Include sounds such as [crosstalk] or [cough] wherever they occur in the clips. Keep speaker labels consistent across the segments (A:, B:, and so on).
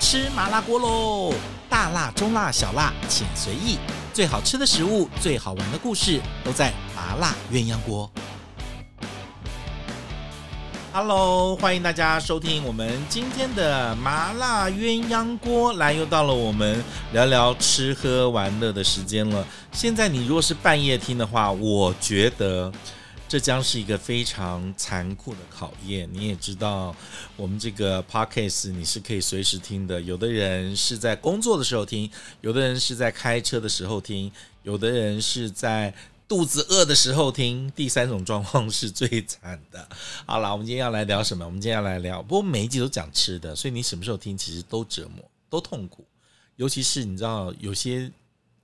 A: 吃麻辣锅喽！大辣、中辣、小辣，请随意。最好吃的食物，最好玩的故事，都在麻辣鸳鸯锅。Hello，欢迎大家收听我们今天的麻辣鸳鸯锅。来，又到了我们聊聊吃喝玩乐的时间了。现在你如果是半夜听的话，我觉得这将是一个非常残酷的考验。你也知道，我们这个 podcast 你是可以随时听的。有的人是在工作的时候听，有的人是在开车的时候听，有的人是在肚子饿的时候听，第三种状况是最惨的。好了，我们今天要来聊什么？我们今天要来聊，不过每一集都讲吃的，所以你什么时候听，其实都折磨，都痛苦。尤其是你知道，有些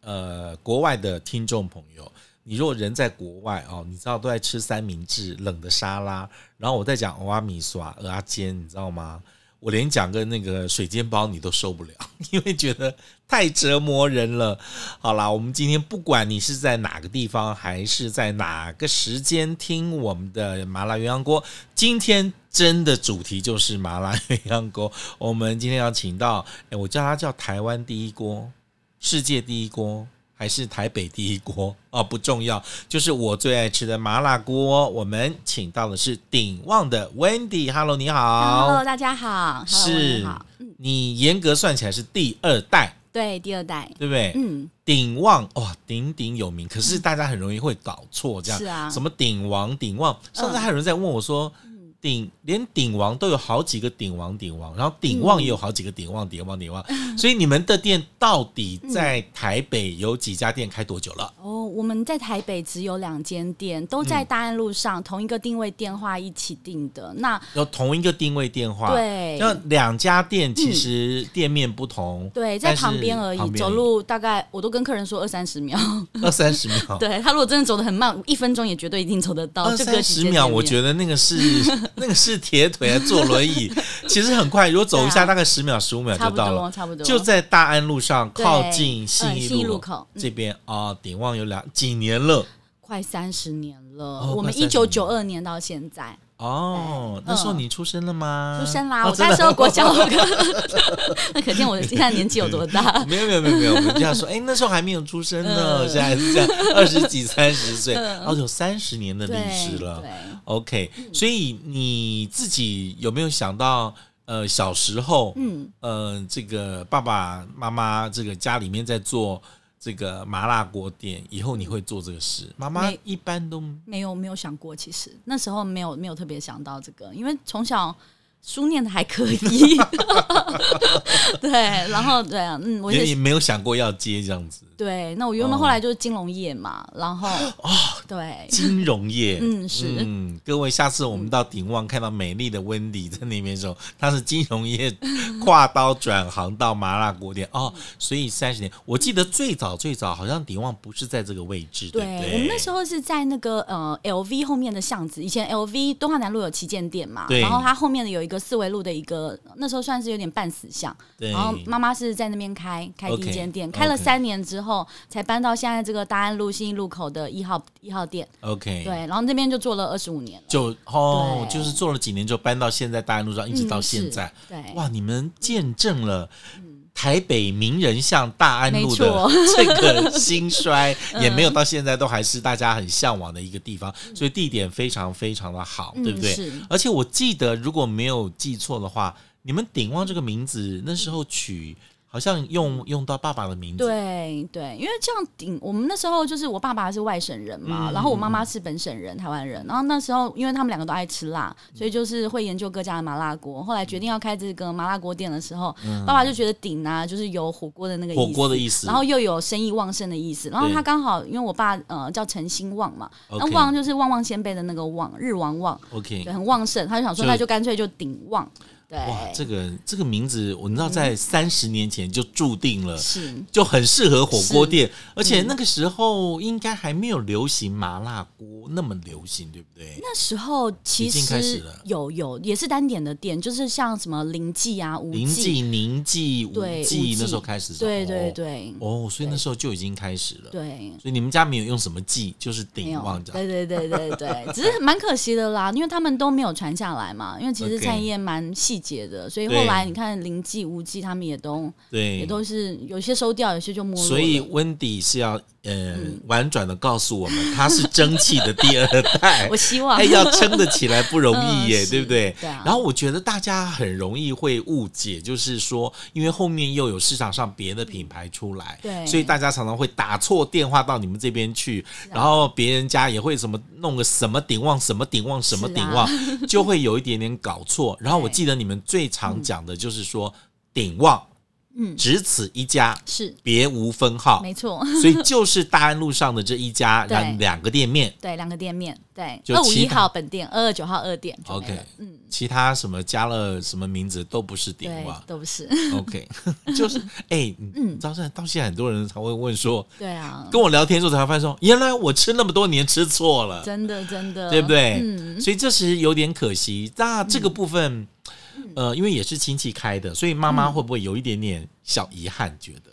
A: 呃国外的听众朋友，你如果人在国外哦，你知道都在吃三明治、冷的沙拉，然后我在讲欧阿米索、鹅阿煎，你知道吗？我连讲个那个水煎包你都受不了，因为觉得太折磨人了。好啦，我们今天不管你是在哪个地方，还是在哪个时间听我们的麻辣鸳鸯锅，今天真的主题就是麻辣鸳鸯锅。我们今天要请到，哎，我叫他叫台湾第一锅，世界第一锅。还是台北第一锅啊、哦，不重要，就是我最爱吃的麻辣锅。我们请到的是鼎旺的 Wendy，Hello，你好
B: Hello，大家好，Hello，
A: 是
B: 你好，嗯，
A: 你严格算起来是第二代，
B: 对，第二代，
A: 对不对？
B: 嗯，
A: 鼎旺哇，鼎鼎有名，可是大家很容易会搞错，这样、
B: 是啊
A: 什么鼎王、鼎旺，上次还有人在问我说，
B: 嗯
A: 鼎连鼎王都有好几个鼎王、鼎王，然后鼎
B: 嗯
A: 旺也有好几个鼎旺、鼎旺、鼎旺，所以你们的店到底在台北有几家店开多久了？
B: 哦，我们在台北只有两间店，都在大安路上，同一个定位电话一起定的。那
A: 有同一个定位电话，
B: 对嗯
A: 那两家店其实店面不同，
B: 对，在
A: 但是
B: 旁边而
A: 旁
B: 已，
A: 边哦
B: 走路大概我都跟客人说二三十秒。
A: 二三十秒，
B: [laughs] 对他如果真的走得很慢，一分钟也绝对一定走得到。
A: 二
B: 就
A: 哦三十秒，我
B: 得
A: 觉得那个是那个是铁腿还坐轮椅，其实很快，如果走一
B: 对
A: 下
B: 啊
A: 大概十秒十五秒
B: 差
A: 就
B: 不
A: 到了
B: 多，。差不多
A: 就在大安路上，
B: 对
A: 靠近
B: 嗯
A: 信义
B: 信义
A: 路
B: 路口嗯
A: 这边啊，鼎旺有两几年了
B: 快三十年了。
A: 哦
B: 我
A: 快
B: 们一
A: 30
B: 九
A: 年
B: 九二年到现在
A: 哦
B: 对。
A: 那时候
B: 嗯
A: 你出生了吗？
B: 出生啦，
A: 哦
B: 我
A: 真
B: 那
A: 的
B: 时候国小二科， [laughs] 那可见我现在年纪有多大。
A: 没有没有没有没有，我们这样说，哎，那时候还没有出生呢，
B: 嗯
A: 现在还是这样，二十几三十岁，哦，有三十年的历史了
B: 对。对
A: OK，所
B: 嗯
A: 以你自己有没有想到，呃，小时候，
B: 嗯，
A: 呃，这个爸爸妈妈这个家里面在做这个麻辣锅店，以后你会做这个事？妈妈
B: 没
A: 一般都
B: 没有没有想过，其实那时候没有没有特别想到这个，因为从小书念的还
A: [laughs]
B: 可以，对，然后对啊，嗯，我
A: 也
B: 也
A: 也哦
B: 是
A: 没有想过要接这样子，
B: 对，那我原本后来就是金融业嘛，然后
A: 哦
B: 对，
A: 金融业。
B: 嗯是，
A: 嗯，各位，下次我们到鼎旺看到美丽的温迪在那边的时候，她是金融业跨刀转行到麻辣锅店
B: 嗯
A: 哦，所以三十年，我记得最早最早好像鼎旺不是在这个位置，对
B: 对
A: 不
B: 我们那时
A: 候
B: 候是在那个呃 LV 后面的巷子，以前 LV 东华南路有旗舰店嘛，
A: 对
B: 然后它后面的有一个四维路的一个，那时候算是有点半死巷，
A: 对，
B: 然后妈妈是在那边开开第一间店
A: OK，
B: 开了
A: OK
B: 三年之后才搬到现在这个大安路新一路口的一号一号店。
A: OK，
B: 对，然后那边就做了二十五年了，
A: 就哦，
B: 对
A: 就是做了几年就搬到现在大安路上，一直到现在。
B: 嗯、是对，嗯
A: 哇，你们见证了台北名人巷大安路的 [laughs]
B: 没嗯
A: 这个兴
B: [laughs]
A: 衰，也没有到现在都还是大家很向往的一个地方，所以地点非常非常的好，对不
B: 嗯、
A: 对？
B: 是
A: 而且我记得，如果没有记错的话，你们鼎旺这个名字那时候取好像用用到爸爸的名字，
B: 对对，因为这样顶，我们那时候就是我爸爸是外省人嘛，
A: 嗯
B: 然后我妈妈是本省人，台湾人。然后那时候因为他们两个都爱吃辣，所以就是会研究各家的麻辣锅。后来决定要开这个麻辣锅店的时候，
A: 嗯
B: 爸爸就觉得顶啊，就是有火锅的那个
A: 火锅的意思
B: 思，然后又有生意旺盛的意思。然后
A: 对
B: 他刚好因为我爸呃叫陈兴旺嘛，那
A: OK
B: 旺就是旺旺先辈的那个旺，日王旺，
A: ，OK
B: 对，。很旺盛。他就想说
A: 就
B: 那就干脆就顶旺，对，嗯
A: 哇，这个这个名字，我知道在三十年前就注定了，
B: 是。
A: 就很适合火锅店，而且
B: 嗯
A: 那个时候应该还没有流行麻辣锅那么流行，对不对？
B: 那时候其
A: 已经开始
B: 实
A: 了
B: 有有也是单点的店，就是像什么林记啊、吴
A: 林记、宁记、五
B: 对五
A: 记
B: 记
A: 那时候开始，
B: 对对
A: 哦，
B: 对、
A: 哦，所以那时候就已经开始了。
B: 对，
A: 所以你们家没有用什么记，就是
B: 没
A: 鼎
B: 有
A: 旺，这样。
B: 对对
A: [laughs]
B: 对对对，只是蛮可惜的啦，因为他们都没有传下来嘛，因为其实
A: OK
B: 餐饮业蛮细节的，所以
A: 对
B: 后来你看零季、无季他们也都也
A: 对，
B: 都是有些收掉，有些就没落了。
A: 所以温迪是要呃
B: 嗯
A: 婉转的告诉我们，他是蒸汽的第二代
B: 我。希望
A: 哎，
B: [laughs]
A: 要撑得起来不容易耶，
B: 嗯是
A: 对不对？
B: 对啊
A: 然后我觉得大家很容易会误解，就是说，因为后面又有市场上别的品牌出来，
B: 对
A: 所以大家常常会打错电话到你们这边去，
B: 啊
A: 然后别人家也会什么弄个什么鼎旺、什么鼎旺、什么鼎旺，
B: 啊
A: [laughs] 就会有一点点搞错。然后我
B: 对
A: 记得你们最常讲的就是说鼎旺，
B: 嗯
A: 只此一家，
B: 是
A: 别无分号，
B: 没错，
A: 所以就是大安路上的这一家，
B: 对
A: 然后两个店面。
B: 对，两个店面，对，
A: 就
B: 二五
A: 其
B: 一
A: 他
B: 号本店，二二九号二店就没
A: OK，
B: 了嗯，
A: 其他什么加了什么名字都不是鼎
B: 对 [laughs]
A: 旺，。
B: 都不是，
A: OK，就是哎，嗯，
B: 嗯
A: 到现在到现在很多人才会问说，
B: 对啊，
A: 跟我聊天的时候才会发现说，原来我吃那么多年吃错了，
B: 真的真的，
A: 对不？对？
B: 嗯
A: 所以这时有点可惜。那这个部分，
B: 嗯
A: 呃，因为也是亲戚开的，所以妈妈会不会有一点点小遗憾？觉得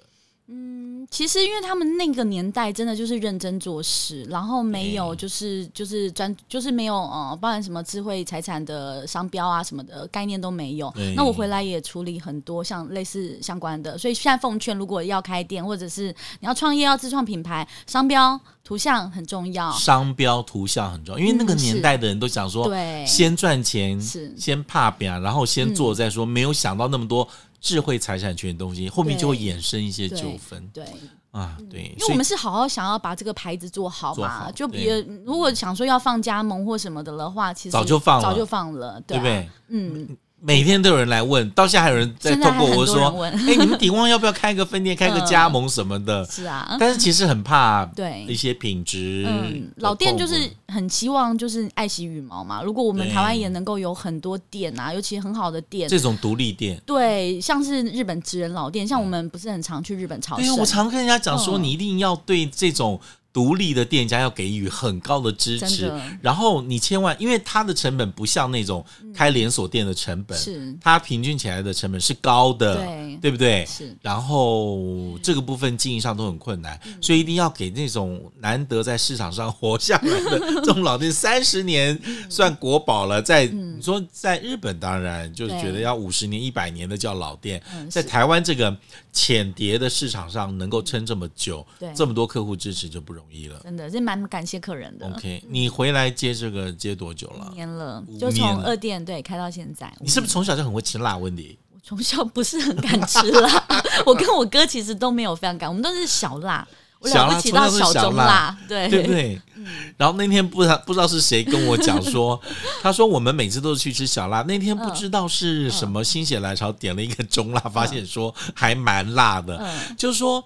B: 嗯，其实因为他们那个年代真的就是认真做事，然后没有就是就是专就是没有呃，包含什么智慧财产的商标啊什么的概念都没有
A: 对。
B: 那我回来也处理很多像类似相关的，所以现在奉劝，如果要开店或者是你要创业要自创品牌，商标图像很重要。
A: 商标图像很重要，因为那个
B: 哦嗯是
A: 年代的人都想说，
B: 对，
A: 先赚钱，
B: 哎是
A: 先怕表，然后先做再说，没有想到那么多智慧财产权的东西，后面就会衍生一些
B: 对
A: 纠纷
B: 嗯对，嗯
A: 啊。对，
B: 因为
A: 所
B: 我
A: 以
B: 们是好好想要把这个牌子做好
A: 做
B: 嘛，
A: 好
B: 就别如果想说要放加盟或什么的的话，其实
A: 早就放了
B: 早就放了，对
A: 对
B: 啊
A: 不对？
B: 嗯，
A: 每天都有人来问，到现在还有人在
B: 现在
A: 透
B: 还
A: 过
B: 很
A: 我
B: 多
A: 说
B: 人：“问
A: [laughs] 哎、你们鼎旺要不要开个分店，开个加盟什么的？”
B: 是啊，
A: 但是其实很怕
B: 对
A: 一些品质。
B: 嗯，老店就是很希望就是爱惜羽毛嘛。如果我们
A: 对
B: 台湾也能够有很多店啊，尤其很好的店，
A: 这种独立店。
B: 对，像是日本职人老店，像我们不是很常去日本
A: 嗯
B: 朝
A: 对啊，
B: 圣，
A: 我常跟人家讲说，
B: 嗯
A: 你一定要对这种独立的店家要给予很高的支
B: 真
A: 持
B: 的，
A: 然后你千万，因为它的成本不像那种开连锁店的成本，
B: 嗯是
A: 它平均起来的成本是高的，
B: 对
A: 不对？啊
B: 是
A: 然后这个部分经营上都很困难，
B: 嗯
A: 所以一定要给那种难得在市场上活下来的这种老店，三十
B: [laughs]
A: 年
B: 嗯
A: 算国宝了。在你说在日本，当然就是
B: 对
A: 觉得要五十年、一百年的叫老店，
B: 嗯
A: 在
B: 是
A: 台湾这个浅碟的市场上能够撑这么久
B: 对，
A: 这么多客户支持就不容易了。
B: 真的是蛮感谢客人的。嗯
A: OK，你回来接这个接多久
B: 五
A: 了？
B: 年了
A: 五，
B: 就
A: 年
B: 从
A: 了
B: 二店对开到现在。
A: 你是不
B: 是
A: 是从小就很会吃辣？温迪，
B: 我 [laughs] 从小不是很敢吃
A: [laughs]
B: 辣？我跟我哥其实都没有非常敢，我们都是小辣，我
A: 小
B: 了
A: 辣
B: 不起
A: 从
B: 到
A: 小是小
B: 中
A: 辣
B: 辣，对
A: 对不对？
B: 嗯
A: 然后那天不知道不知道是谁跟我讲说，
B: [laughs]
A: 他说我们每次都是去吃小
B: 嗯
A: 辣，那天不知道是什么心血来潮点了一个中辣，发现说还蛮辣的，
B: 嗯
A: 就是说。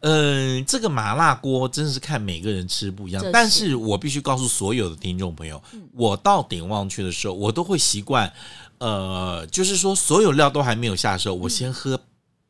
A: 嗯，这个麻辣锅真是看每个人吃不一样
B: 这，是嗯
A: 但是我必须告诉所有的听众朋友，我到鼎旺去的时候，我都会习惯，呃，就是说所有料都还没有下的时候，我
B: 嗯
A: 先喝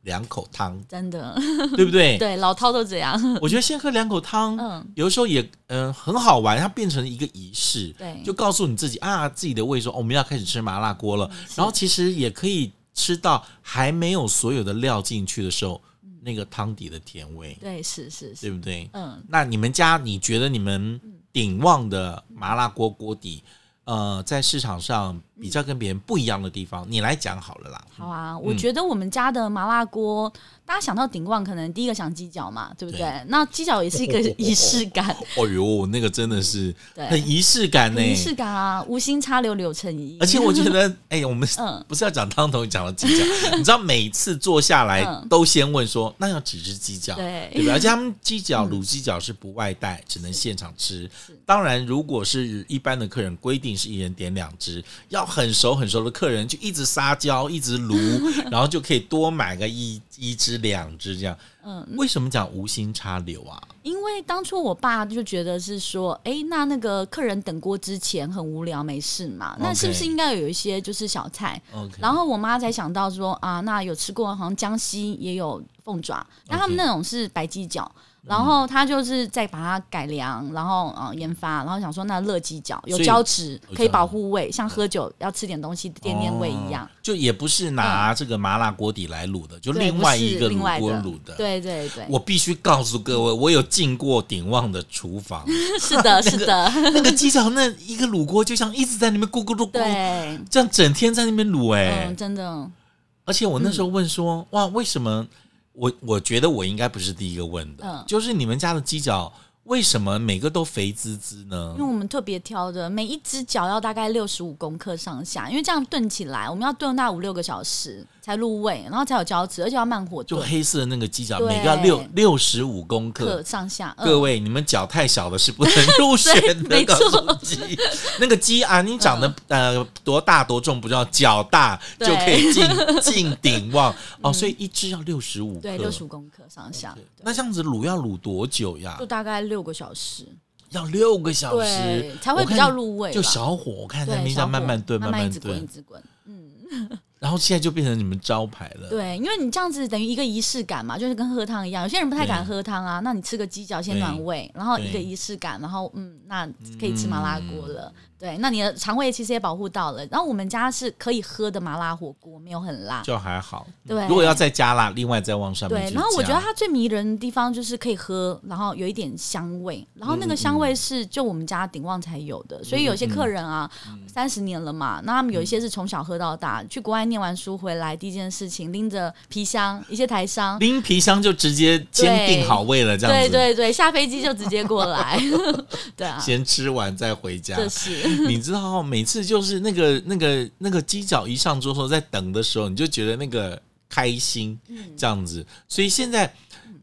A: 两口
B: [laughs]
A: 汤，
B: 真的，
A: 对不对？
B: 对老饕都这样，
A: 我觉得先喝两口汤，
B: 嗯
A: 有时候也嗯、呃很好玩，它变成一个仪式，
B: 对
A: 就告诉你自己啊，自己的胃说、哦我们要开始吃麻辣锅了，
B: 嗯
A: 然后其实也可以吃到还没有所有的料进去的时候，
B: 嗯
A: 那个汤底的甜味，
B: 对，是是是，
A: 对不对？
B: 嗯，
A: 那你们家你觉得你们鼎旺的麻辣锅锅底，呃，在市场上比较跟别人不一样的地方，你来讲好了啦。
B: 好啊，我觉得我们家的麻辣锅，大家想到鼎旺，可能第一个想鸡脚嘛，对不对？
A: 对
B: 那鸡脚也是
A: [laughs]
B: 一个仪式感，
A: 哦呦，那个真的是
B: 嗯对
A: 很仪式感呢、
B: 仪式感啊，无心插柳柳成荫
A: 而。且我觉
B: [laughs]
A: 得，哎、我们
B: 嗯
A: 不是要讲汤头，讲了鸡脚，你知道每次坐下来
B: 嗯
A: 都先问说，那要几只鸡脚？
B: 对嗯
A: 对吧？而且他们
B: [laughs]
A: 鸡脚、卤鸡脚是不外带，只能现场吃。当然，如果是一般的客人，规定是一人点两只，要很熟很熟的客人就一直撒娇，一直
B: [laughs]
A: 卤，然后就可以多买个一一只、两只这样。
B: 嗯，
A: 为什么讲无心插柳啊？
B: 因为当初我爸就觉得是说，哎，那那个客人等锅之前很无聊没事嘛，那是不
A: OK
B: 是应该有一些就是小菜？
A: OK，
B: 然后我妈才想到说啊，那有吃过，好像江西也有凤爪，但他们那种是白鸡脚。
A: 嗯
B: 然后他就是再把它改良，然后呃研发，然后想说那乐鸡脚有
A: 所以
B: 胶质
A: 有
B: 可以
A: 胶嗯
B: 保护胃，像喝酒要吃点东西垫垫胃一样嗯
A: 哦。就也不是拿这个麻辣锅底来卤的，就
B: 对
A: 哦另
B: 不
A: 外
B: 是
A: 一个
B: 另
A: 卤
B: 外
A: 锅
B: 的
A: 卤的。
B: 对对对，
A: 我必须告诉各位，我有进过鼎旺的厨
B: [laughs]
A: 房，
B: 是
A: [laughs]
B: 的，是的，
A: 那个鸡脚那一个卤锅就像一直在那边咕咕噜咕，
B: 对，
A: 这样整天在那边卤哎、
B: 嗯，真的，
A: 而且我那时候问说，哇，为什么？我我觉得我应该不是第一个问的，
B: 嗯
A: 就是你们家的鸡脚为什么每个都肥滋滋呢
B: 因为？我们特别挑的，每一只脚要大概六十五公克上下，因为这样炖起来，我们要炖大概五六个小时才入味，然后才有胶质，而且要慢火
A: 就
B: 炖
A: 黑色的那个鸡脚，
B: 对
A: 每个要六六十五公
B: 克
A: 克。
B: 上下。
A: 各
B: 嗯，
A: 位，你们脚太小的是不能入选的，
B: [laughs] 对没
A: 告
B: 错嗯
A: 诉鸡。 [laughs] 那个鸡啊，你长得呃多大多重不知道，脚大就可以进进鼎旺哦，所以一只要六十五克。
B: 嗯对，六十五公克上下，
A: 那这样子卤要卤多久呀
B: 就？大概六个小时，
A: 要六个小时
B: 对，，才会
A: 我看
B: 比较入味吧。
A: 就小火，我看在那
B: 对，
A: 边这
B: 小
A: 样慢
B: 火
A: 慢炖，
B: 慢
A: 慢
B: 一直滚，一
A: 炖，
B: 直滚。
A: 然后现在就变成你们招牌了。
B: 对，因为你这样子等于一个仪式感嘛，就是跟喝汤一样。有些人不太敢
A: 对
B: 喝汤啊，那你吃个鸡脚先暖
A: 对
B: 胃，然后一个
A: 对嗯
B: 仪式感，然后嗯，那可以吃麻辣锅了。对，那你的肠胃其实也保护到了。然后我们家是可以喝的麻辣火锅，没有很辣。
A: 就还好。
B: 对
A: 如果要再加辣，另外再往上面
B: 对，
A: 去
B: 然后我
A: 加
B: 觉得它最迷人的地方就是可以喝，然后有一点香味，然后那个
A: 嗯
B: 香味是就我们家鼎旺才有的，所以有些客人啊，
A: 嗯
B: 三十、年了嘛，那他们有一些是从小喝到大，去国外念完书回来，第一件事情拎着皮箱，一些台商，
A: 拎皮箱就直接先定好位了，这样
B: 对
A: 子，
B: 对对，下飞机就直接过
A: [laughs]
B: 来，对啊，
A: 先吃完再回家。[laughs]
B: 这是
A: 你知道，每次就是那个那个那个鸡脚一上桌的时候，在等的时候，你就觉得那个开心，
B: 嗯
A: 这样子。所以现在，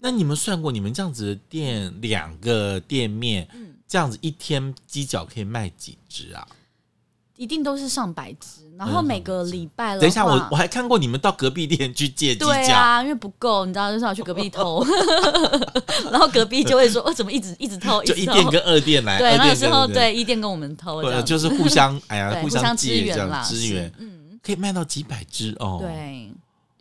A: 那你们算过，你们这样子的店两个店面，
B: 嗯
A: 这样子一天鸡脚可以卖几只啊？
B: 一定都是上百只，然后每个礼拜的话
A: 嗯等一下，我我还看过你们到隔壁店去借鸡
B: 对
A: 脚，
B: 啊，因为不够，你知道，就是要去隔壁偷， [laughs] 然后隔壁就会说，我、怎么一直一直偷，
A: 就
B: 直
A: 一
B: 偷
A: 店跟二店来，
B: 对，
A: 哎二
B: 那
A: 店
B: 个时候
A: 跟
B: 对一店跟我们偷这
A: 或者
B: 样，
A: 就是互相，哎呀，
B: 对
A: 互
B: 互相支
A: 借这
B: 援
A: 样
B: 啦，
A: 支
B: 是
A: 援，
B: 嗯，
A: 可以卖到几百只哦。，
B: 对，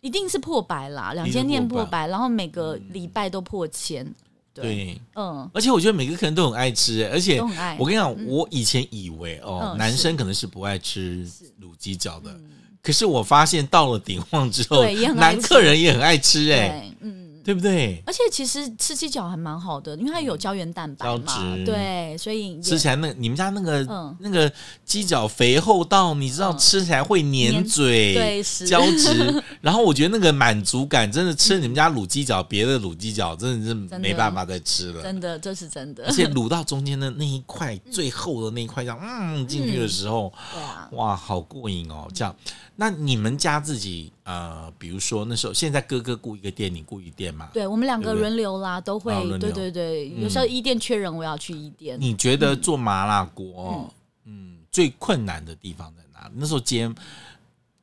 B: 一定是破百啦，两
A: 一定
B: 间店
A: 破
B: 破
A: 百嗯
B: 百，然后每个礼拜都破千，对，
A: 对，
B: 嗯，
A: 而且我觉得每个客人都很爱吃，哎而且
B: 都很爱
A: 我跟你讲，我以前以为哦，
B: 嗯
A: 男生可能是不爱吃卤鸡脚的，可是我发现到了鼎旺之后
B: 对也，很爱
A: 男客人也很爱吃，哎，
B: 对，嗯。
A: 对不对？
B: 而且其实吃鸡脚还蛮好的，因为它有胶原蛋白嘛
A: 嗯胶质，
B: 对，所以也
A: 吃起来那你们家那个
B: 嗯
A: 那个鸡脚肥厚到你知道
B: 嗯
A: 吃起来会粘
B: 粘
A: 嘴，
B: 对是 [laughs]
A: 胶质，然后我觉得那个满足感真的吃你们家卤鸡脚，别的卤鸡脚真的是
B: 的
A: 没办法再吃了。
B: 真的嗯这是真的
A: 而，且卤到中间的那一
B: [laughs]
A: 块最厚的那一块，这样嗯进去的时候，
B: 对啊，
A: 哇，好过瘾哦！这样，那你们家自己呃，比如说那时候，现在哥哥雇一个店，你雇一店嘛？
B: 对我们两
A: 对
B: 个
A: 不对
B: 轮流啦，都会
A: 啊轮，
B: 对
A: 流嗯
B: 对对，有时候一店缺人，我要去一店，
A: 你觉得做麻辣锅，嗯最困难的地方在哪里？那时候煎，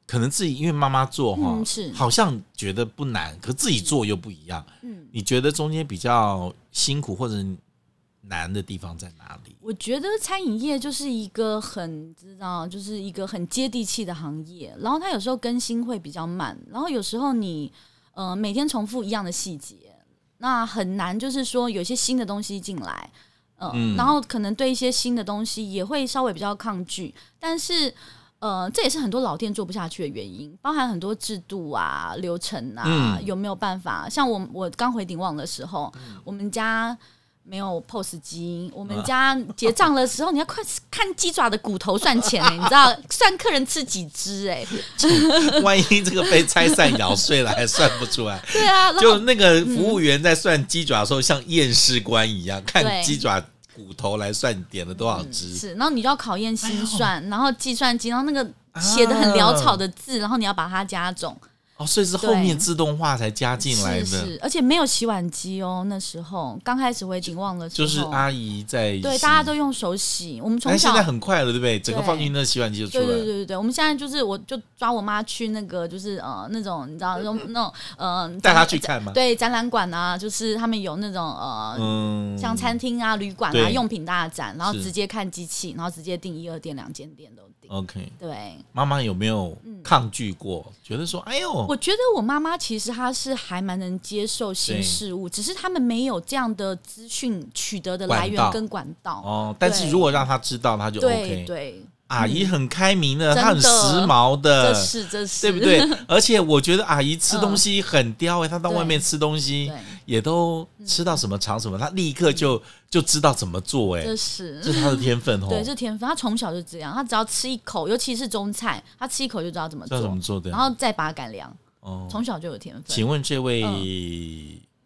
A: 可能自己因为妈妈做哈、
B: 嗯是
A: 好像觉得不难，可自己做又不一样。
B: 嗯。
A: 你觉得中间比较辛苦或者难的地方在哪里？ [laughs]
B: 我觉得餐饮业就是一个很知道，就是一个很接地气的行业。然后它有时候更新会比较慢，然后有时候你呃每天重复一样的细节，那很难就是说有一些新的东西进来，
A: 嗯
B: 嗯，然后可能对一些新的东西也会稍微比较抗拒，但是。呃，这也是很多老店做不下去的原因，包含很多制度啊、流程啊，
A: 嗯
B: 有没有办法？像我我刚回鼎旺的时候，我们家没有 POS 机，我
A: 啊
B: 们家结账的时候，你要快看鸡爪的骨头算钱、欸，你知道算客人吃几只
A: [laughs]
B: 哎、
A: 万一这个被拆散咬碎了还算不出来，
B: 对啊，然后
A: 就那个服务员在算鸡爪的时候，像验尸官一样，看
B: 嗯对嗯
A: 鸡爪骨头来算你点了多少只。
B: 是，然后你就要考验
A: 哎
B: 心算，然后计算机，然后那个写的很潦草
A: 啊
B: 的字，然后你要把它加总，
A: 哦，所以是后面
B: 对
A: 自动化才加进来
B: 是
A: 的，
B: 是，而且没有洗碗机哦，那时候刚开始回景旺的时
A: 就
B: 候，
A: 是阿姨在
B: 对
A: 洗
B: 大家都用手洗，我们从
A: 哎，
B: 小
A: 现在很哎快了，对不对？整个放进那洗碗机就出
B: 对
A: 来
B: 对对
A: 了。
B: 对对，我们现在就是，我就抓我妈去那个，就是呃那种你知道那种那种呃，
A: 带她
B: 展
A: 去看吗？
B: 对展览馆啊，就是他们有那种呃。
A: 嗯，
B: 像餐厅啊、旅馆啊、
A: 对
B: 用品大展，然后
A: 是嗯
B: 直接看机器，然后直接订一二店、两间店都订。
A: OK，
B: 对，嗯
A: 妈妈有没有抗拒过，觉得说哎呦，
B: 我觉得我妈妈其实她是还蛮能接受新事物，只是他们没有这样的资讯取得的来
A: 管道
B: 源跟管道。
A: 哦，但是
B: 对
A: 如果让他知道，他就
B: 对
A: OK。
B: 对，
A: 阿姨很开明的，
B: 真的
A: 她很时髦
B: 这
A: 的，
B: 是这是
A: 呃对不？对？而且我觉得阿姨吃东西很刁哎，她到
B: 嗯对
A: 外面吃东西
B: 对，嗯
A: 也都吃到什么尝什么，她立刻就就知道怎么做哎，
B: 这是
A: 这是她的天分哦。
B: 对，这天分，他从小就这样，他只要吃一口，尤其是中菜，他吃一口就知道怎么
A: 知道
B: 做，
A: 怎么做的
B: 然。后再把它改良，
A: 哦
B: 从小就嗯有天分。
A: 请问这位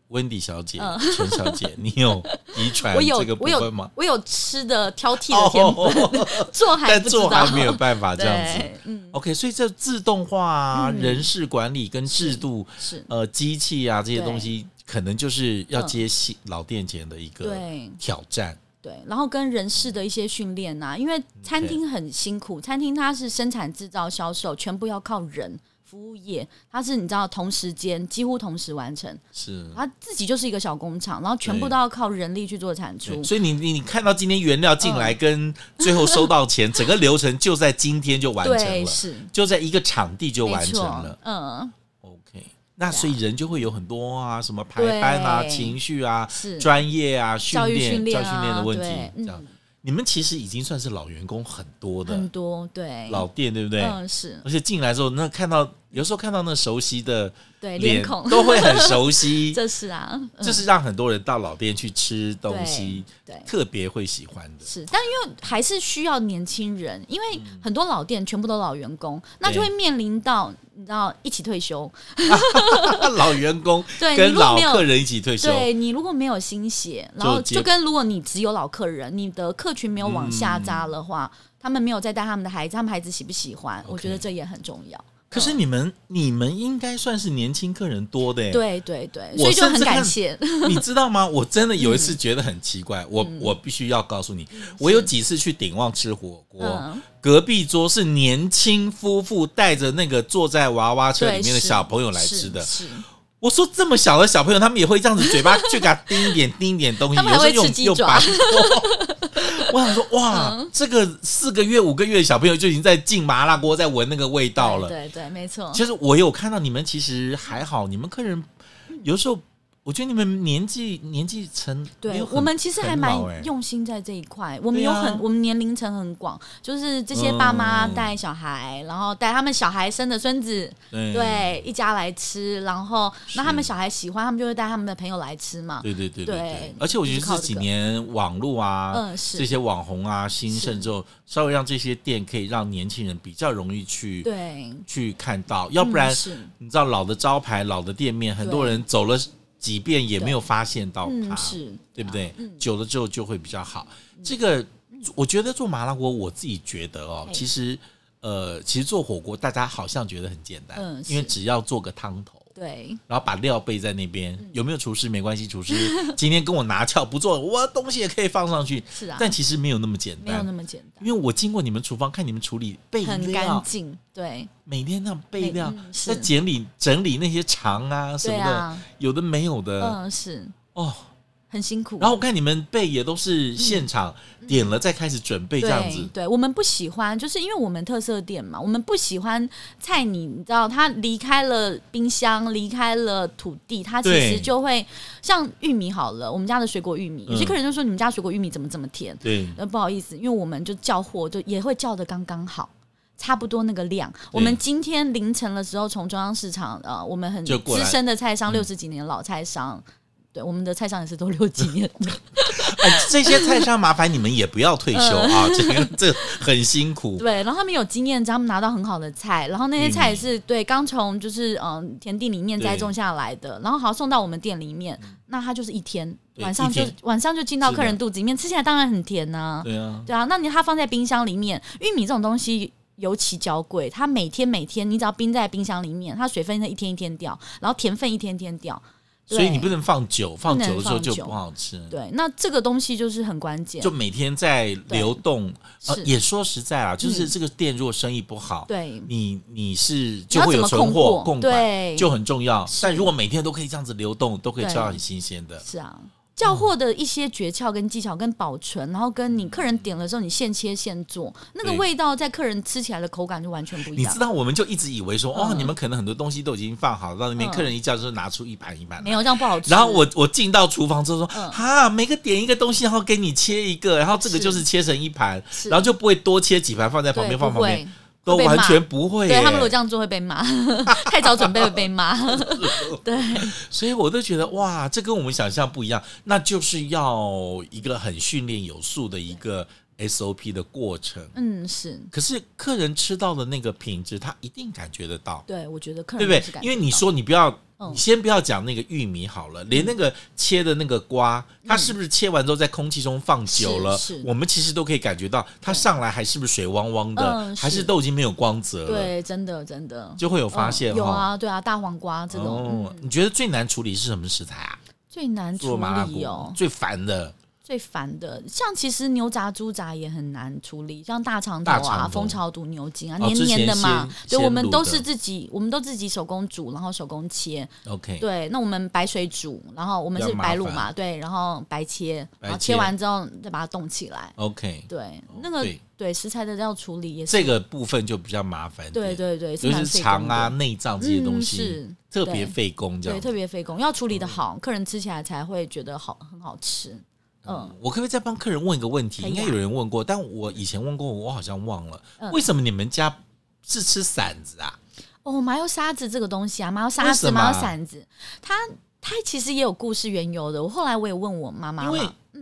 A: 温迪小姐、陈小姐，你
B: [laughs]
A: 有遗传
B: 嗯我有
A: 这个部
B: 我有
A: 分吗？
B: 我有吃的挑剔的天分， [laughs] 做还
A: 哦但
B: 不知道
A: 做还没
B: [laughs]
A: 有办法这样子。
B: 对，嗯，
A: OK，所以这自动化、啊人事管理跟制度、
B: 是
A: 呃机器啊这些
B: 对嗯
A: 东西，可能就是要接新老店前的一个
B: 对
A: 挑战。
B: 对，然后跟人事的一些训练啊，因为
A: 嗯
B: 餐厅很辛苦，餐厅它是生产、制造、销售，全部要靠人。服务业，它是你知道同时间几乎同时完成，
A: 是，
B: 它自己就是一个小工厂，然后全部
A: 对
B: 都要靠人力去做产出
A: 对。所以你你你看到今天原料进
B: 嗯
A: 来跟最后收到
B: [laughs]
A: 钱，整个流程就在今天就完成
B: 对，
A: 了，
B: 是
A: 就在一个场地就
B: 没
A: 完成
B: 错，
A: 了。
B: 嗯，
A: OK，那所以人就会有很多啊，什么排
B: 对
A: 班啊、情绪啊、
B: 是
A: 专业啊、训
B: 教育
A: 练、
B: 训练
A: 教
B: 啊
A: 训练的问
B: 对
A: 题，这样。你们其实已经算是老员工很多
B: 很
A: 的
B: 多嗯对，
A: 老店，对不对？
B: 嗯是
A: 而且进来之后，那看到有时候看到那熟悉的
B: 对
A: 脸
B: 脸，孔，
A: 都会很熟
B: [laughs]
A: 悉。
B: 这是啊，嗯
A: 就是让很多人到老店去吃东西，
B: 对对
A: 特别会喜欢的。
B: 是，但因为还是需要年轻人，因为
A: 嗯
B: 很多老店全部都老员工，那就会面临到你知道一起退休，
A: 老员工
B: 对你
A: 跟
B: 如果
A: 老
B: 没有
A: 客人一起退休，
B: 对你如果没有新血，然后
A: 接
B: 就跟如果你只有老客人，你的客群没有往下
A: 嗯
B: 扎的话，他们没有再带他们的孩子，他们孩子喜不喜欢，我觉得
A: OK
B: 这也很重要。
A: 可是你们你们应该算是年轻客人多的耶。
B: 对对对，
A: 我
B: 所以就
A: 甚
B: 很
A: 至
B: 感
A: 看
B: 谢。
A: [laughs] 你知道吗？我真的有一次觉得很奇怪，我
B: 嗯
A: 我必须要告诉你，我有几次去鼎旺吃火锅
B: 嗯，
A: 隔壁桌是年轻夫妇带着那个坐在娃娃车里
B: 对
A: 面的
B: 是
A: 小朋友来
B: 是
A: 吃的。
B: 是
A: 我说这么小的小朋友，他们也会这样子嘴巴去给他叮一点叮一点东西，
B: [laughs] 他
A: 有
B: 们
A: 时
B: 还
A: 候
B: 会
A: 用
B: 吃鸡
A: 用
B: 爪嗯
A: 把。 [laughs] 我想说，哇，这个四个月五个月的小朋友就已经在进麻辣锅，在闻那个味道了。
B: 对对对，没错。
A: 其实我有看到你们，其实还好，你们客人有时候，我觉得你们年纪年纪层没
B: 对
A: 有很
B: 我们其实还蛮
A: 很老欸
B: 用心在这一块，我们
A: 对
B: 有
A: 啊
B: 很、我们年龄层很广，就是这些爸妈
A: 嗯
B: 带小孩，然后带他们小孩生的孙子，
A: 哎对
B: 对，一家来吃，然后
A: 嗯是
B: 那他们小孩喜欢，他们就会带他们的朋友来吃嘛。
A: 对对对对对
B: 对，
A: 而且我觉得
B: 就是靠
A: 这
B: 这
A: 几
B: 个
A: 年网络啊，
B: 嗯是
A: 这些网红啊兴盛之后，稍微让这些店可以让年轻人比较容易去
B: 对，
A: 去看到，要不然、
B: 嗯是
A: 你知道老的招牌、老的店面，很多人走了几遍也没有发现到它，
B: 嗯是，嗯
A: 对不对？久了之后就会比较好。这个我觉得做麻辣锅，我自己觉得哦，
B: 嘿
A: 其实呃，其实做火锅大家好像觉得很简单，
B: 嗯
A: 因为
B: 是
A: 只要做个汤头。
B: 对
A: 然后把料备在那边，
B: 嗯
A: 有没有厨师没关系，厨师
B: [laughs]
A: 今天跟我拿翘不做，我东西也可以放上去。
B: 是啊
A: 但其实没有那么简
B: 没有
A: 单
B: 那，么简单，
A: 因为我经过你们厨房看你们处理备
B: 很干
A: 料，
B: 净，对
A: 每天那样备
B: 每
A: 料，
B: 嗯
A: 在
B: 是
A: 整理整理那些肠啊什么
B: 对
A: 的，呃
B: 啊，
A: 有的没有的、
B: 嗯是
A: 哦。
B: 很辛苦。
A: 然后我看你们备也都是现场、
B: 嗯
A: 点了再开始准备这
B: 对
A: 样子，
B: 对，我们不喜欢，就是因为我们特色店嘛，我们不喜欢菜你，你知道，它离开了冰箱，离开了土地，它其
A: 对嗯
B: 实就会像玉米好了，我们家的水果玉米，有些客人就说你们家水果玉米怎么怎么甜，
A: 对
B: 呃，不好意思，因为我们就叫货就也会叫的刚刚好。差不多那个量，我们今天凌晨的时候从中央市场，呃，我们很
A: 就过来嗯
B: 资深的菜商，六十几年的老菜商，对，我们的菜商也是都六几年的，
A: 哎，这些菜商麻烦你们也不要退休啊， [laughs] 这个这很辛苦。
B: 嗯对，然后他们有经验，他们拿到很好的菜，然后那些
A: 嗯
B: 菜也是、对刚从就是嗯田地里面栽种下来的，然后好像送到我们店里面，那它就是一天，
A: 嗯对
B: 晚上
A: 一
B: 就
A: 天
B: 晚上就进到
A: 是
B: 客人
A: 的
B: 肚子里面，吃起来当然很甜呐、
A: 对啊，
B: 对啊，那你它放在冰箱里面，玉米这种东西。尤其娇贵，它每天每天，你只要冰在冰箱里面，它水分一天一天掉，然后甜分一天一天掉。对
A: 所以你不能放久，放
B: 能
A: 久了之后
B: 放
A: 就
B: 久
A: 不好吃。
B: 对，那这个东西就是很关键
A: 就。每天在流动，呃，
B: 是嗯
A: 也说实在啊，就是这个店如果生意不好，
B: 对，
A: 你你是
B: 你
A: 就
B: 要
A: 会有
B: 怎么
A: 存
B: 控
A: 货
B: 货？
A: 供款，
B: 对，
A: 就很重要。但如果每天都可以这样子流动，都可以吃到很新鲜的，
B: 是啊，叫货的一些诀窍跟技巧跟保存，然后跟你客人点了之后你现切现做，那个
A: 对
B: 味道在客人吃起来的口感就完全不一
A: 你
B: 样
A: 知。道，我们就一直以为说，哦，
B: 嗯
A: 你们可能很多东西都已经放好了，到那边
B: 嗯
A: 客人一叫就拿出一盘一盘来
B: 没。有这样不好吃。
A: 然后我我进到厨房之后说，
B: 嗯
A: 哈、每个点一个东西，然后给你切一个，然后这个
B: 是
A: 就是切成一盘，
B: 是
A: 然后就不会多切几盘放在
B: 对
A: 旁边
B: 不
A: 放旁边
B: 会，
A: 都
B: 会被
A: 完
B: 骂
A: 全不会耶。
B: 对他们如果这样做会被骂， [laughs] 太早准备会
A: [laughs]
B: 被骂。对，
A: 所以我都觉得哇，这跟我们想象不一样，那就是要一个很训练有素的一个 SOP 的过程。
B: 嗯，是
A: 可是客人吃到的那个品质，他一定感觉得到，
B: 对，我觉得客
A: 对
B: 人
A: 不对
B: 嗯是感？觉
A: 因为你
B: 到
A: 说你不要，
B: 嗯
A: 你先不要讲那个玉米好了，连那个切的那个瓜，它是不是切完之后在空气中放久了
B: 嗯是是，
A: 我们其实都可以感觉到，它上来还是不是水汪汪的，
B: 嗯
A: 还是
B: 是
A: 都已经没有光泽了，
B: 对，真的真的
A: 就会有发现
B: 嗯有
A: 哈。
B: 啊，对啊，大黄瓜这种
A: 哦，你觉得最难处理是什么食材啊？
B: 最难
A: 做
B: 处
A: 麻辣
B: 理
A: 锅
B: 哦，
A: 最烦的。
B: 最烦的，像其实牛杂、猪杂也很难处理，像大肠头
A: 大肠头
B: 啊、蜂巢肚、牛筋啊，
A: 哦
B: 黏黏的嘛
A: 之前先。
B: 对，
A: 先
B: 我们都
A: 卤的
B: 是自己，我们都自己手工煮，然后手工切。
A: OK，
B: 对，那我们白水煮，然后我们
A: 比较
B: 是白卤
A: 麻
B: 嘛，对，然后白切，
A: 白
B: 然后
A: 切
B: 切完之后再把它冻起来。
A: ，OK，
B: 对，那个
A: 对
B: 对食材的要处理也是，
A: 这个部分就比较麻烦一点，
B: 对对对，
A: 尤其
B: 蛮
A: 是
B: 费
A: 肠
B: 工
A: 啊、
B: 的，
A: 内脏这些东
B: 嗯
A: 西嗯
B: 是，
A: 特别费工这
B: 对，
A: 样
B: 特
A: 子。
B: 别费工，要处理的好，客人吃起来才会觉得好，很好吃。嗯，
A: 我可不可以再帮客人问一个问题？
B: 可以
A: 应
B: 啊
A: 该有人问过，但我以前问过，我好像忘了，
B: 嗯
A: 为什么你们家是吃馓子啊？
B: 哦，麻油沙子这个东西啊，麻油沙
A: 为什
B: 子、
A: 么啊
B: 麻油馓子，它它其实也有故事缘由的。我后来我也问我妈妈
A: 因
B: 了，
A: 为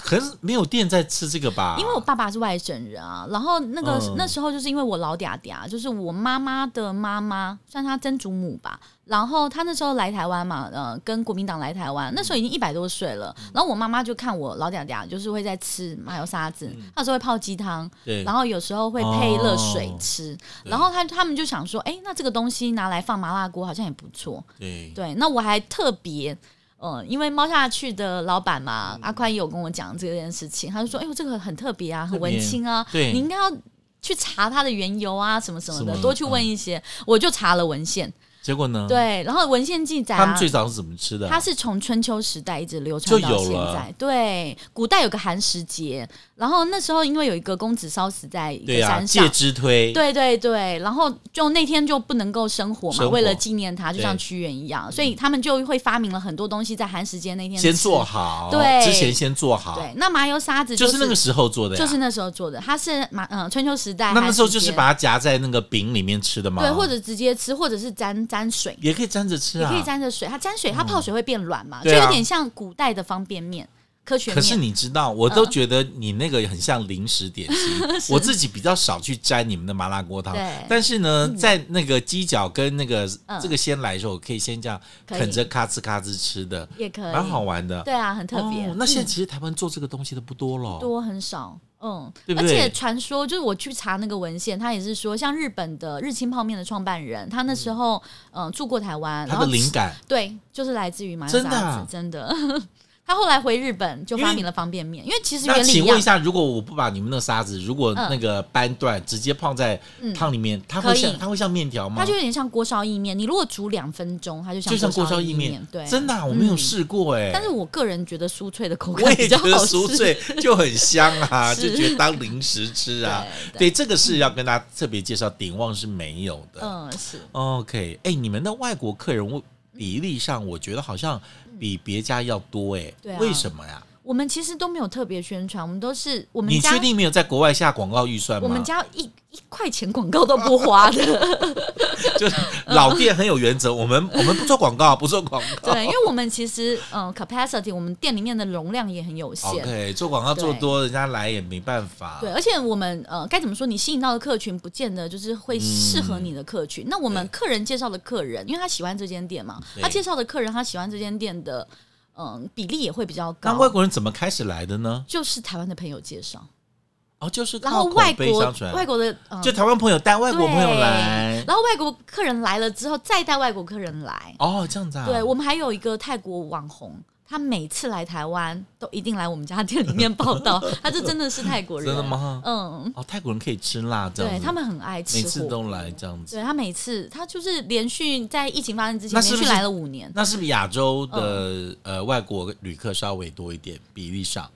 A: 可是没有店在吃这个吧？
B: 嗯因为我爸爸是外省人啊，然后那个、
A: 嗯
B: 那时候就是因为我老嗲嗲，就是我妈妈的妈妈，算她曾祖母吧。然后她那时候来台湾嘛，呃，跟国民党来台湾，那时候已经一百多岁了。
A: 嗯
B: 然后我妈妈就看我老嗲嗲，就是会在吃麻油沙子，她有时候会泡鸡汤，
A: 嗯对
B: 然后有时候会配热水
A: 哦
B: 吃。
A: 对
B: 然后她他们就想说，哎，那这个东西拿来放麻辣锅好像也不错。
A: 对
B: 对，那我还特别，呃，因为猫下去的老板嘛，
A: 嗯
B: 阿宽也有跟我讲这件事情，他就说，哎呦，这个很特别啊，很
A: 特别
B: 文青啊，
A: 对
B: 你应该要去查它的缘由啊，什么什么
A: 什
B: 的，
A: 么嗯
B: 多去问一些。我就查了文献，
A: 结果呢？
B: 对，然后文献记载
A: 他们
B: 啊。
A: 最早是怎么吃的啊？
B: 它是从春秋时代一直流传
A: 就
B: 到
A: 有
B: 现
A: 了
B: 在。对，古代有个寒食节，然后那时候因为有一个公子烧死在一
A: 对
B: 个
A: 啊，
B: 山上，
A: 介之推，
B: 对对对，然后就那天就不能够生火嘛，
A: 生火
B: 为了纪念他，就像
A: 对嗯
B: 屈原一样，所以他们就会发明了很多东西，在寒食节那天
A: 先
B: 吃
A: 做。好，
B: 对
A: 之前先做好，
B: 对，那麻油沙子、
A: 就是是那个时候做的呀。
B: 就是那时候做的，它是麻嗯春秋时代，
A: 那那时候
B: 寒食
A: 就是
B: 节
A: 把它夹在那个饼里面吃的嘛，
B: 对，或者直接吃，或者是沾沾水。
A: 也可以沾着吃
B: 也
A: 啊，
B: 可以沾着水，它沾水，它泡水会变软嘛，就
A: 对啊
B: 有点像古代的方便面、科学
A: 可是
B: 面。
A: 你知道，我都觉得你那个很像零食点心。
B: [laughs]
A: 我自己比较少去沾你们的麻辣锅汤
B: 对，
A: 但是呢，在那个鸡脚跟那个
B: 嗯
A: 这个先来的时候，我可以先这样
B: 可以
A: 啃着咔哧咔哧吃的，
B: 也可以
A: 蛮好玩的。
B: 对啊，很特别。啊
A: 哦那现在其实台湾做这个东西的不多了，
B: 多很少，嗯，
A: 哦对不对
B: 而且传说就是我去查那个文献，他也是说，像日本的日清泡面的创办人，他那时候嗯、呃住过台湾，然
A: 它
B: 后
A: 的灵感。
B: 对，就是来自于麻油
A: 真
B: 沙
A: 的
B: 子，
A: 啊
B: 真的。 [laughs] 他后来回日本就
A: 因
B: 发
A: 为
B: 明了方便面，因为其实
A: 那
B: 原理一
A: 请问
B: 样
A: 一，下，如果我不把你们那个沙子，如果
B: 嗯
A: 那个掰断直接放在
B: 嗯
A: 汤里面，它
B: 可
A: 会
B: 以
A: 像它会像面条吗
B: 它？就有点像锅烧意面。你如果煮两分钟，它就像
A: 就像锅烧
B: 烧
A: 意
B: 面，对，嗯
A: 真的啊，我没有试过哎。
B: 但是我个人觉得酥脆的
A: [laughs]
B: 口
A: 我
B: 感
A: 也
B: 比较
A: 觉得
B: 好吃，
A: 酥脆就很香
B: [laughs]
A: 啊，就是觉得当零食吃啊。对，
B: 对
A: 这个是要跟大家特别介绍，鼎旺是没有的。
B: 嗯，是
A: OK，哎、你们的外国客人我比例上，我觉得好像比别家要多哎、
B: 嗯对啊
A: 为什么呀？
B: 我们其实都没有特别宣传，我们都是我们
A: 你
B: 家
A: 确定没有在国外下广告预算吗？
B: 我们家一一块钱广告都不花的，
A: [laughs] 就是
B: 嗯
A: 老店很有原则，我们我们不做广告，不做广
B: [laughs]
A: [laughs] 告。
B: 对，因为我们其实嗯，capacity，我们店里面的容量也很有限。
A: OK，做广告做多，人家来也没办法。
B: 对，而且我们呃，该怎么说？你吸引到的客群，不见得就是会适合你的客群。那我们客人介绍的客人，因为他喜欢这间店嘛，
A: 嗯对
B: 他介绍的客人，他喜欢这间店的，嗯、比例也会比较
A: 那外
B: 高。
A: 国人怎么开始来的呢？
B: 就是台湾的朋友介绍，
A: 哦，就是
B: 然后
A: 靠口
B: 外
A: 碑
B: 国
A: 相传，
B: 外国的、嗯
A: 就台湾朋友带外国朋友
B: 对
A: 来，
B: 然后外国客人来了之后，再带外国客人来，
A: 哦，这样子啊。
B: 对我们还有一个泰国网红，他每次来台湾都一定来我们家店里面
A: [laughs]
B: 报道，他这真的是泰国人。
A: 真的？吗？
B: 嗯，
A: 哦，泰国人可以吃辣这样
B: 对
A: 子，
B: 他们很爱吃
A: 每
B: 货，
A: 次都来这样子。
B: 对他每次他就是连续在疫情发生之前
A: 那是不
B: 连
A: 是
B: 续来了五年。
A: 那是不是亚洲的、呃外国旅客稍微多一点比例上，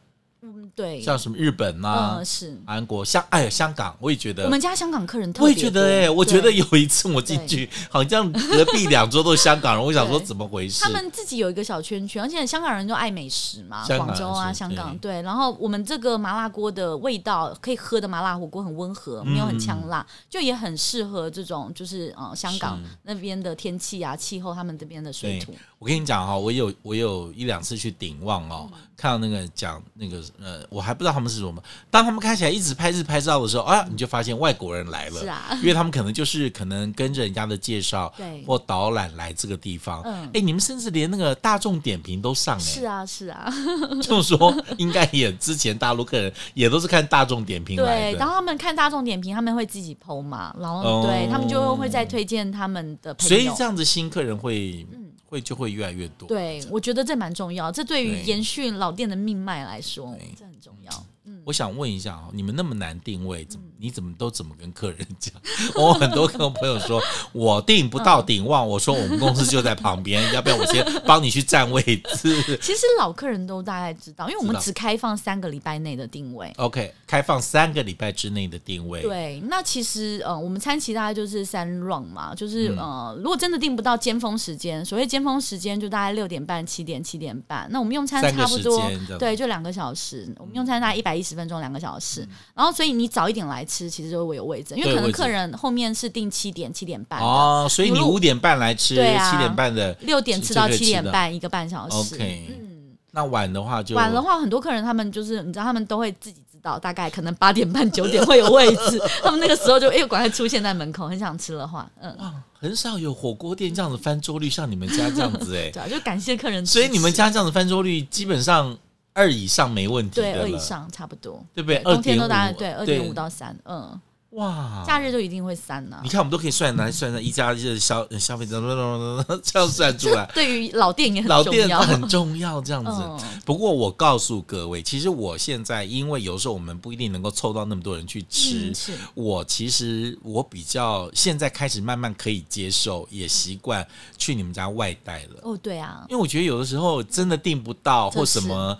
B: 嗯，对，
A: 像什啊么日本呐、
B: 嗯是。
A: 韩国、香哎香港，我也觉得
B: 我。们家香港客人特
A: 我
B: 别
A: 也
B: 多，
A: 觉得哎、我觉得
B: 对
A: 有一次我进去，好像隔壁两桌都是香港人，我想说怎么回事
B: 他？们自己有一个小圈圈，而且香港人就爱美食嘛，
A: 香港人
B: 广州啊、
A: 是嗯
B: 香港对。然后我们这个麻辣锅的味道，可以喝的麻辣火锅很温
A: 嗯
B: 和，没有很呛辣，就也很适合这种就是呃香港那边的天气啊、气候，他们这边的水
A: 对
B: 土。，
A: 我跟你讲哈、哦，我有我有一两次去鼎旺哦，
B: 嗯
A: 看到那个讲那个呃，我还不知道他们是什么。当他们开起来一直拍一直拍照的时候，啊，你就发现外国人来了，
B: 是啊，
A: 因为他们可能就是可能跟着人家的介绍
B: 对
A: 或导览来这个地方。
B: 嗯
A: 哎，你们甚至连那个大众点评都上
B: 是
A: 哎，
B: 啊，是啊，
A: 就是说应该也之前大陆客人也都是看大众点评来
B: 对。然
A: 的。
B: 后他们看大众点评，他们会自己剖嘛，然后、
A: 哦
B: 对他们就会再推荐他们的朋
A: 所以
B: 友嗯
A: 这。样子新客人会、会就会越来越多。
B: 对，我觉得这蛮重要，这对于
A: 对
B: 延续老店的命脉来说，这很重要。
A: 我想问一下哦，你们那么难定位，怎么
B: 嗯
A: 你怎么都怎么跟客人讲？ [laughs] 我很多跟我朋友说，我订不
B: 嗯
A: 到鼎旺，我说我们公司就在旁边，要不要我先帮你去占位置
B: 其实老客人都大概知道，因为我
A: 知
B: 们
A: 道
B: 只开放三个礼拜内的定位。
A: ？OK，开放三个礼拜之内的定位，
B: 对，那其实呃，我们餐期大概就是三 round 嘛，就是、
A: 嗯
B: 呃，如果真的定不到尖峰时间，所谓尖峰时间就大概六点半、七点、七点半，那我们用餐
A: 三个
B: 差不多
A: 时间这样嗯
B: 对，就两个小时，我们用餐大概一百一十分钟，两个小时。然后所以你早一点来吃，其实就会有位置，因
A: 对
B: 为可能
A: 位置
B: 客人后面是定七点、七点半的，
A: 哦，所以你
B: 如果
A: 五点半来吃，七、
B: 对啊
A: 点半的
B: 六、点吃到
A: 这个
B: 七
A: 吃
B: 点
A: 的
B: 半，一个半小时。
A: OK，、那晚的话就
B: 晚的话，很多客人他们就是你知道，他们都会自己知道，大概可能八点半九点会有位
A: [laughs]
B: 置，他们那个时候就哎，赶快出现在门口，很想吃的话，嗯，
A: 哇，很少有火锅店这样子翻桌率，像你们家这样子哎、
B: 对啊，就感谢客人支持。
A: 所以你们家这样子翻桌率基本上二以上没问题
B: 对
A: 的
B: 二以
A: 了，
B: 上差不多，
A: 对不啊对？
B: 冬天都大概
A: 2.5
B: 对二点五到三，嗯，
A: 哇，
B: 假日就一定会三啊呢
A: 你。看我们都可以算来算算一加一的消消费者这样算出来，
B: [laughs] 对于老店也很
A: 老
B: 重
A: 店
B: 要，
A: 很重要这样子。
B: 嗯
A: 不过我告诉各位，其实我现在因为有时候我们不一定能够凑到那么多人去吃，
B: 嗯是
A: 我其实我比较现在开始慢慢可以接受，也习惯去你们家外带了，
B: 哦，对啊，
A: 因为我觉得有的时候真的订不到
B: 这
A: 或什
B: 是
A: 么，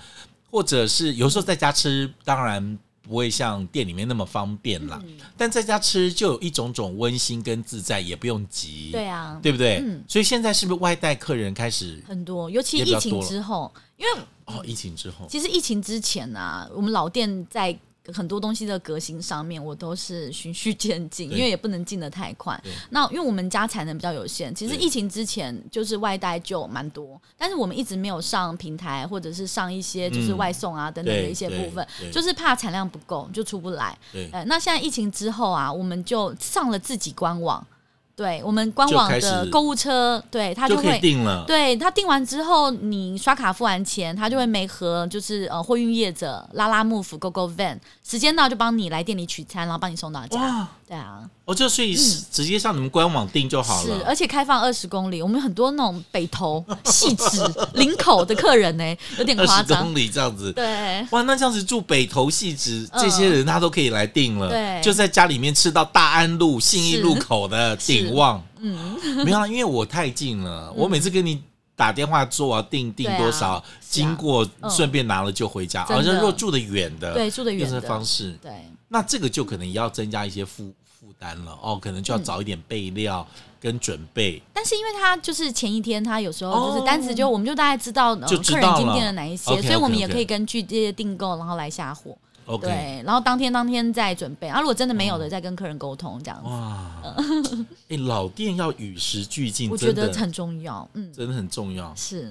A: 或者是有时候在家吃，当然。不会像店里面那么方便啦，
B: 嗯
A: 但在家吃就有一种种温馨跟自在，也不用急，
B: 对啊，
A: 对不对？
B: 嗯
A: 所以现在是不是外带客人开始？
B: 很多，尤其
A: 也比较
B: 疫情
A: 多了
B: 之后，因为
A: 哦，疫情之后，
B: 其实疫情之前呢、我们老店在很多东西的革新上面，我都是循序渐进，
A: 对
B: 因为也不能进得太快
A: 对。
B: 那因为我们家产能比较有限，其实
A: 对
B: 疫情之前就是外带就蛮多，但是我们一直没有上平台，或者是上一些就是
A: 嗯
B: 外送啊等等的一些部分
A: 对对对，
B: 就是怕产量不够就出不来。
A: 对，
B: 呃，那现在疫情之后啊，我们就上了自己官网，对我们官网
A: 就开始
B: 的购物车，对它
A: 就
B: 就
A: 可
B: 会
A: 以定了。
B: 对他订完之后，你刷卡付完钱，他就会每盒就是呃货运业者拉拉幕府 GoGo Van，时间到就帮你来店里取餐，然后帮你送到家。
A: 哇，
B: 对啊，
A: 哦，就所以是直接上你们官网订就好
B: 是，
A: 了。
B: 而且开放二十公里，我们有很多那种北投、细致、林口的客人呢、
A: [laughs]
B: 有点
A: 二
B: 夸
A: 十
B: 张。
A: 公里这样子，
B: 对，
A: 哇，那这样子住北投戏子
B: 嗯
A: 这些人他都可以来订了，
B: 对
A: 就在家里面吃到大安路信义路口的鼎旺， [laughs] 嗯，没有啦，因为我太近了，我每次跟你。打电话说我要订订
B: 嗯对啊
A: 多少，经过
B: 嗯
A: 顺便拿了就回家。
B: 真
A: 好像
B: 的
A: 若住得远的，
B: 对住得远
A: 用这
B: 的
A: 方式，
B: 对，
A: 那这个就可能也要增加一些负负担了哦，可能就要早一点备料
B: 嗯
A: 跟准备。
B: 但是因为他就是前一天，他有时候就
A: 哦
B: 是单子就我们就大概知道、呃
A: 就知
B: 客
A: 道
B: 人进
A: 了
B: 店的哪一些
A: OK，
B: 所以我们
A: OK，
B: 也
A: OK
B: 可以根据这些订购，然后来下货。
A: OK，哦
B: 对，然后当天当天再准备，啊，如果真的没有的，再跟客人沟通这样子。 [laughs]
A: 哇，哎、老店要与时俱进，
B: 我
A: 嗯
B: 觉
A: 真的
B: 得很重要，嗯，
A: 真的很重要。
B: 是 [laughs]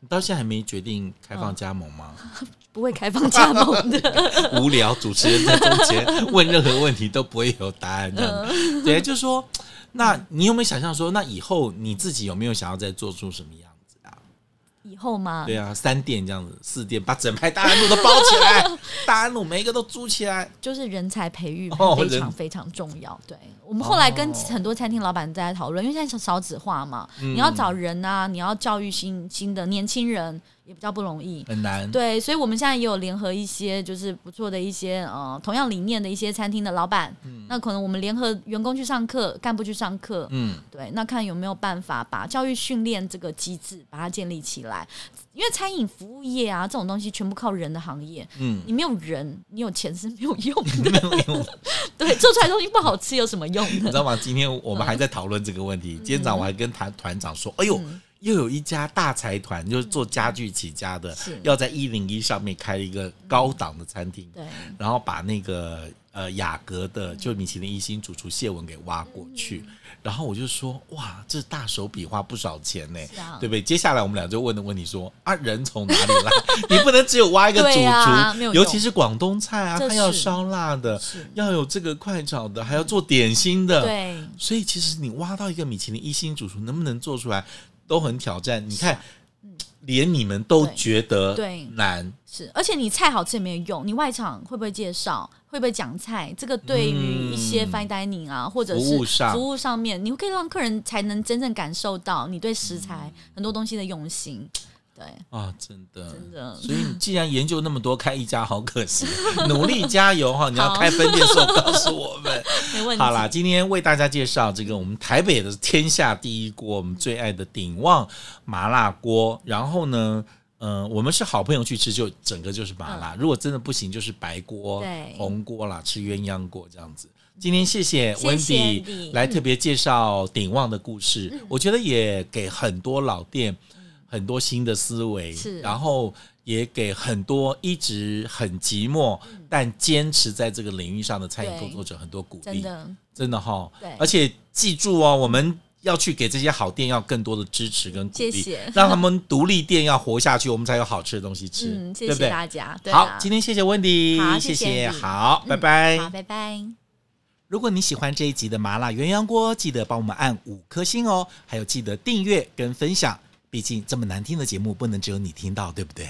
A: 你到现在还没决定开放加盟吗？ [laughs]
B: 不会开放加盟的，
A: 无聊，主持人在中间问任何问题都不会有答案，这样子。对，就是说，那你有没有想象说，那以后你自己有没有想要再做出什么样子啊？
B: 以后吗？
A: 对啊，三店这样子，四店把整排大安路都包起来，大安路每一个都租起来。
B: 就是人才培育
A: 哦
B: 非
A: 人
B: 常非常重要。对我们后来跟
A: 哦嗯
B: 很多餐厅老板在讨论，因为现在少少子化嘛，你要找人啊，你要教育新新的年轻人，也比较不容易。
A: 很难。
B: 对，所以我们现在也有联合一些就是不错的一些呃同样理念的一些餐厅的老板，那可能我们联合员工去上课，干部去上课，
A: 嗯，
B: 对，那看有没有办法把教育训练这个机制把它建立起来，因为餐饮服务业啊这种东西全部靠人的行业，
A: 嗯， [laughs]
B: 你没有人，你有钱是没有用的，
A: 没有用，
B: 对，做出来的东西不好吃有什么用
A: 你知
B: 呢？
A: 道
B: [laughs]
A: 吗？今天我们还在讨论这个问
B: 嗯
A: 题。今天早上我还跟团团长说：“哎呦，又有一家大财团，就是做家具起家的
B: 嗯是，
A: 要在一零一上面开一个高档的餐厅， [laughs]
B: 对，
A: 然后把那个呃雅阁
B: 嗯
A: 的，就米其林一星主厨谢文给挖过去。然后我就说：哇，这大手笔花不少钱呢、
B: 是啊
A: 对不对？接下来我们俩就问的问题说：啊，人从哪里来？ [laughs] 你不能只有挖一个主
B: 对
A: 厨，
B: 啊没有用
A: 尤其是广东菜啊，
B: 这
A: 它要
B: 是
A: 烧腊的
B: 是，
A: 要有这个快炒的，还要做点心的，
B: 对，
A: 所以其实你挖到一个米其林一星主厨，能不能做出来都很挑战。你看，连你们都
B: 对
A: 觉得
B: 啊对
A: 难，
B: 是，而且你菜好吃也没有用，你外场会不会介绍，会不会讲菜，这个对于一些
A: 嗯
B: fine dining 啊，或者
A: 服
B: 是
A: 务上
B: 服务上面，你可以让客人才能真正感受到你对食材
A: 嗯
B: 很多东西的用心。对，
A: 啊，真的，
B: 真的
A: 所以你既然研究那么多，开一家好可惜，努力加油
B: [laughs]
A: 哈！你要开分店的时候告诉我们。
B: 没问题。
A: 好啦，今天为大家介绍这个我们台北的天下第一锅，我们最爱的鼎旺麻辣锅。然后呢，呃，我们是好朋友去吃，就整个就是麻辣。如果真的不行，就是白锅
B: 嗯对、
A: 红锅啦，吃鸳鸯锅这样子。今天谢谢
B: 谢
A: 温
B: 谢
A: 迪
B: Andy 嗯
A: 来特别介绍鼎旺的故事，我觉得也给很多老店很多新的思维，
B: 是
A: 然后也给很多一直很寂寞、
B: 嗯
A: 但坚持在这个领域上的餐饮
B: 对
A: 工作者很多鼓励。
B: 真的，
A: 真的哈、
B: 对
A: 而且记住哦，我们要去给这些好店要更多的支持跟鼓励，
B: 谢谢
A: 让他们独立店要活下去，我们才有好吃的东西吃，
B: 嗯，谢
A: 对不对
B: 谢？大家。对
A: 好
B: 啊，
A: 今天谢谢温迪，
B: 好
A: 谢
B: 谢谢 Andy 嗯
A: 好，拜拜。
B: 好，拜拜。
A: 如果你喜欢这一集的麻辣鸳鸯锅，记得帮我们按五颗星哦，还有记得订阅跟分享，毕竟这么难听的节目不能只有你听到，对不对？